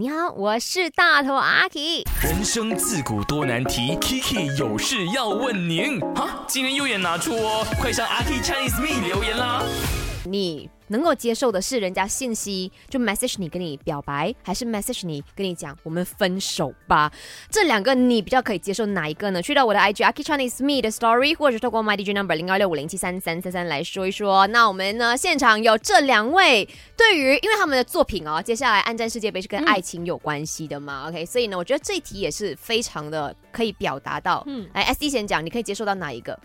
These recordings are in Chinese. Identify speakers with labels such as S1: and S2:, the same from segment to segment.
S1: 好，我是大头阿 K。
S2: 人生自古多难题，Kiki 有事要问您。哈，今天右眼拿出哦，快上阿 K Chinese Me 留言啦。
S1: 你能够接受的是人家信息就 message 你跟你表白，还是 message 你跟你讲我们分手吧？这两个你比较可以接受哪一个呢？去到我的 IG Aki Chinese Me 的 Story，或者透过 My DJ Number 零二六五零七三三三三来说一说。那我们呢，现场有这两位，对于因为他们的作品哦，接下来《暗战世界杯》是跟爱情有关系的嘛、o k 所以呢，我觉得这一题也是非常的可以表达到。嗯
S3: 嗯，
S1: 来 SD 先讲，你可以接受到哪一个？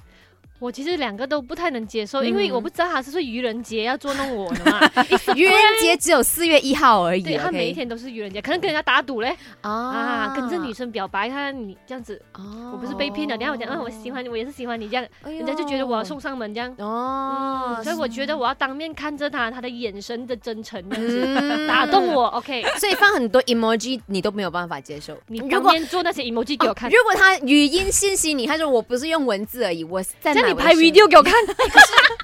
S3: 我其实两个都不太能接受，
S1: 嗯
S3: 因为我不知道他是不是愚人节要捉弄我 的嘛。
S1: 愚人节只有四月一号而已，
S3: 对他
S1: OK
S3: 每一天都是愚人节，可能跟人家打赌嘞
S1: 啊
S3: 啊，跟这女生表白，看你这样子，
S1: 哦
S3: 我不是被骗了。等下我讲，啊，我喜欢你，我也是喜欢你这样，
S1: 哎呦，
S3: 人家就觉得我要送上门这样。
S1: 哦
S3: 嗯，所以我觉得我要当面看着他，他的眼神的真诚这 样子
S1: 嗯
S3: 打动。我。OK，
S1: 所以放很多 emoji 你都没有办法接受。
S3: 你
S1: 如
S3: 当
S1: 果
S3: 面做那些 emoji 给我看
S1: 哦，如果 他语音信息你，他说我不是用文字而已，我在
S3: 这
S1: 买
S3: 样你
S1: 我的
S3: 拍
S1: 声音
S3: video 给我看，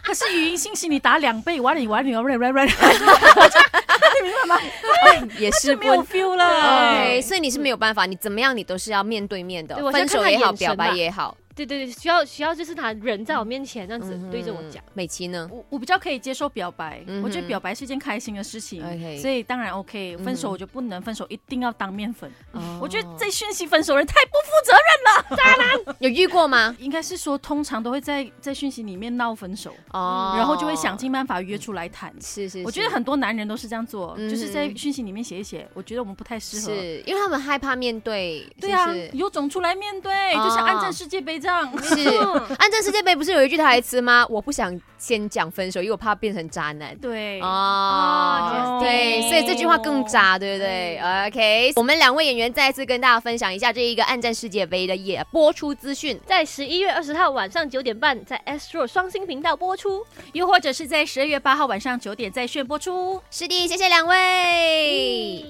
S4: 可是语音信息你打两倍，完了你完了你完了完了完了，你明白吗？
S1: 也是
S4: 就没有
S1: 不。
S4: feel 了。
S1: OK，所以你是没有办法，你怎么样你都是要面对面的
S3: 嗯对，我
S1: 分
S3: 先看
S1: 手
S3: 他
S1: 也好，
S3: 眼神
S1: 表
S3: 吧
S1: 白也好，
S3: 对对对，需要需要就是他人在我面前这样子
S1: 嗯哼
S3: 对着我讲。。
S1: 美琪呢？
S4: 我我比较可以接受表白，
S1: 嗯哼
S4: 我觉得表白是一件开心的事情
S1: OK 嗯
S4: 所以当然 OK。分手我就不能分手，一定要当面分。我觉得
S1: 哦
S4: 这讯息分手人太不负责任，
S1: 有遇过吗？
S4: 应该是说通常都会在在讯息里面闹分手，
S3: 嗯
S1: 哦，
S4: 然后就会想尽办法约出来谈。
S1: 是是，
S4: 我觉
S1: 是
S4: 得很多男人都是这样做，
S1: 嗯哼
S4: 就是在讯息里面写一写，我觉得我们不太适合。
S1: 是因为他们害怕面对，
S4: 对啊
S1: 是不是，
S4: 有种出来面对，
S1: 哦
S4: 就像暗战世界杯这样。
S1: 是，
S4: 嗯
S1: 按正世界杯不是有一句台词吗？我不想先讲分手，因为我怕变成渣男。
S4: 对，
S1: 哦
S4: 哦，
S1: 对，
S4: Justin
S1: 所以这句话更渣，对不对？OK，我们
S4: 嗯
S1: 两位演员再次跟大家分享一下这一个《暗战世界杯》的也播出资讯。
S3: 在十一月二十号晚上九点半，在 Astro 双星频道播出。
S4: 又或者是在十二月八号晚上九点再炫播出。嗯
S1: 师弟，谢谢两位。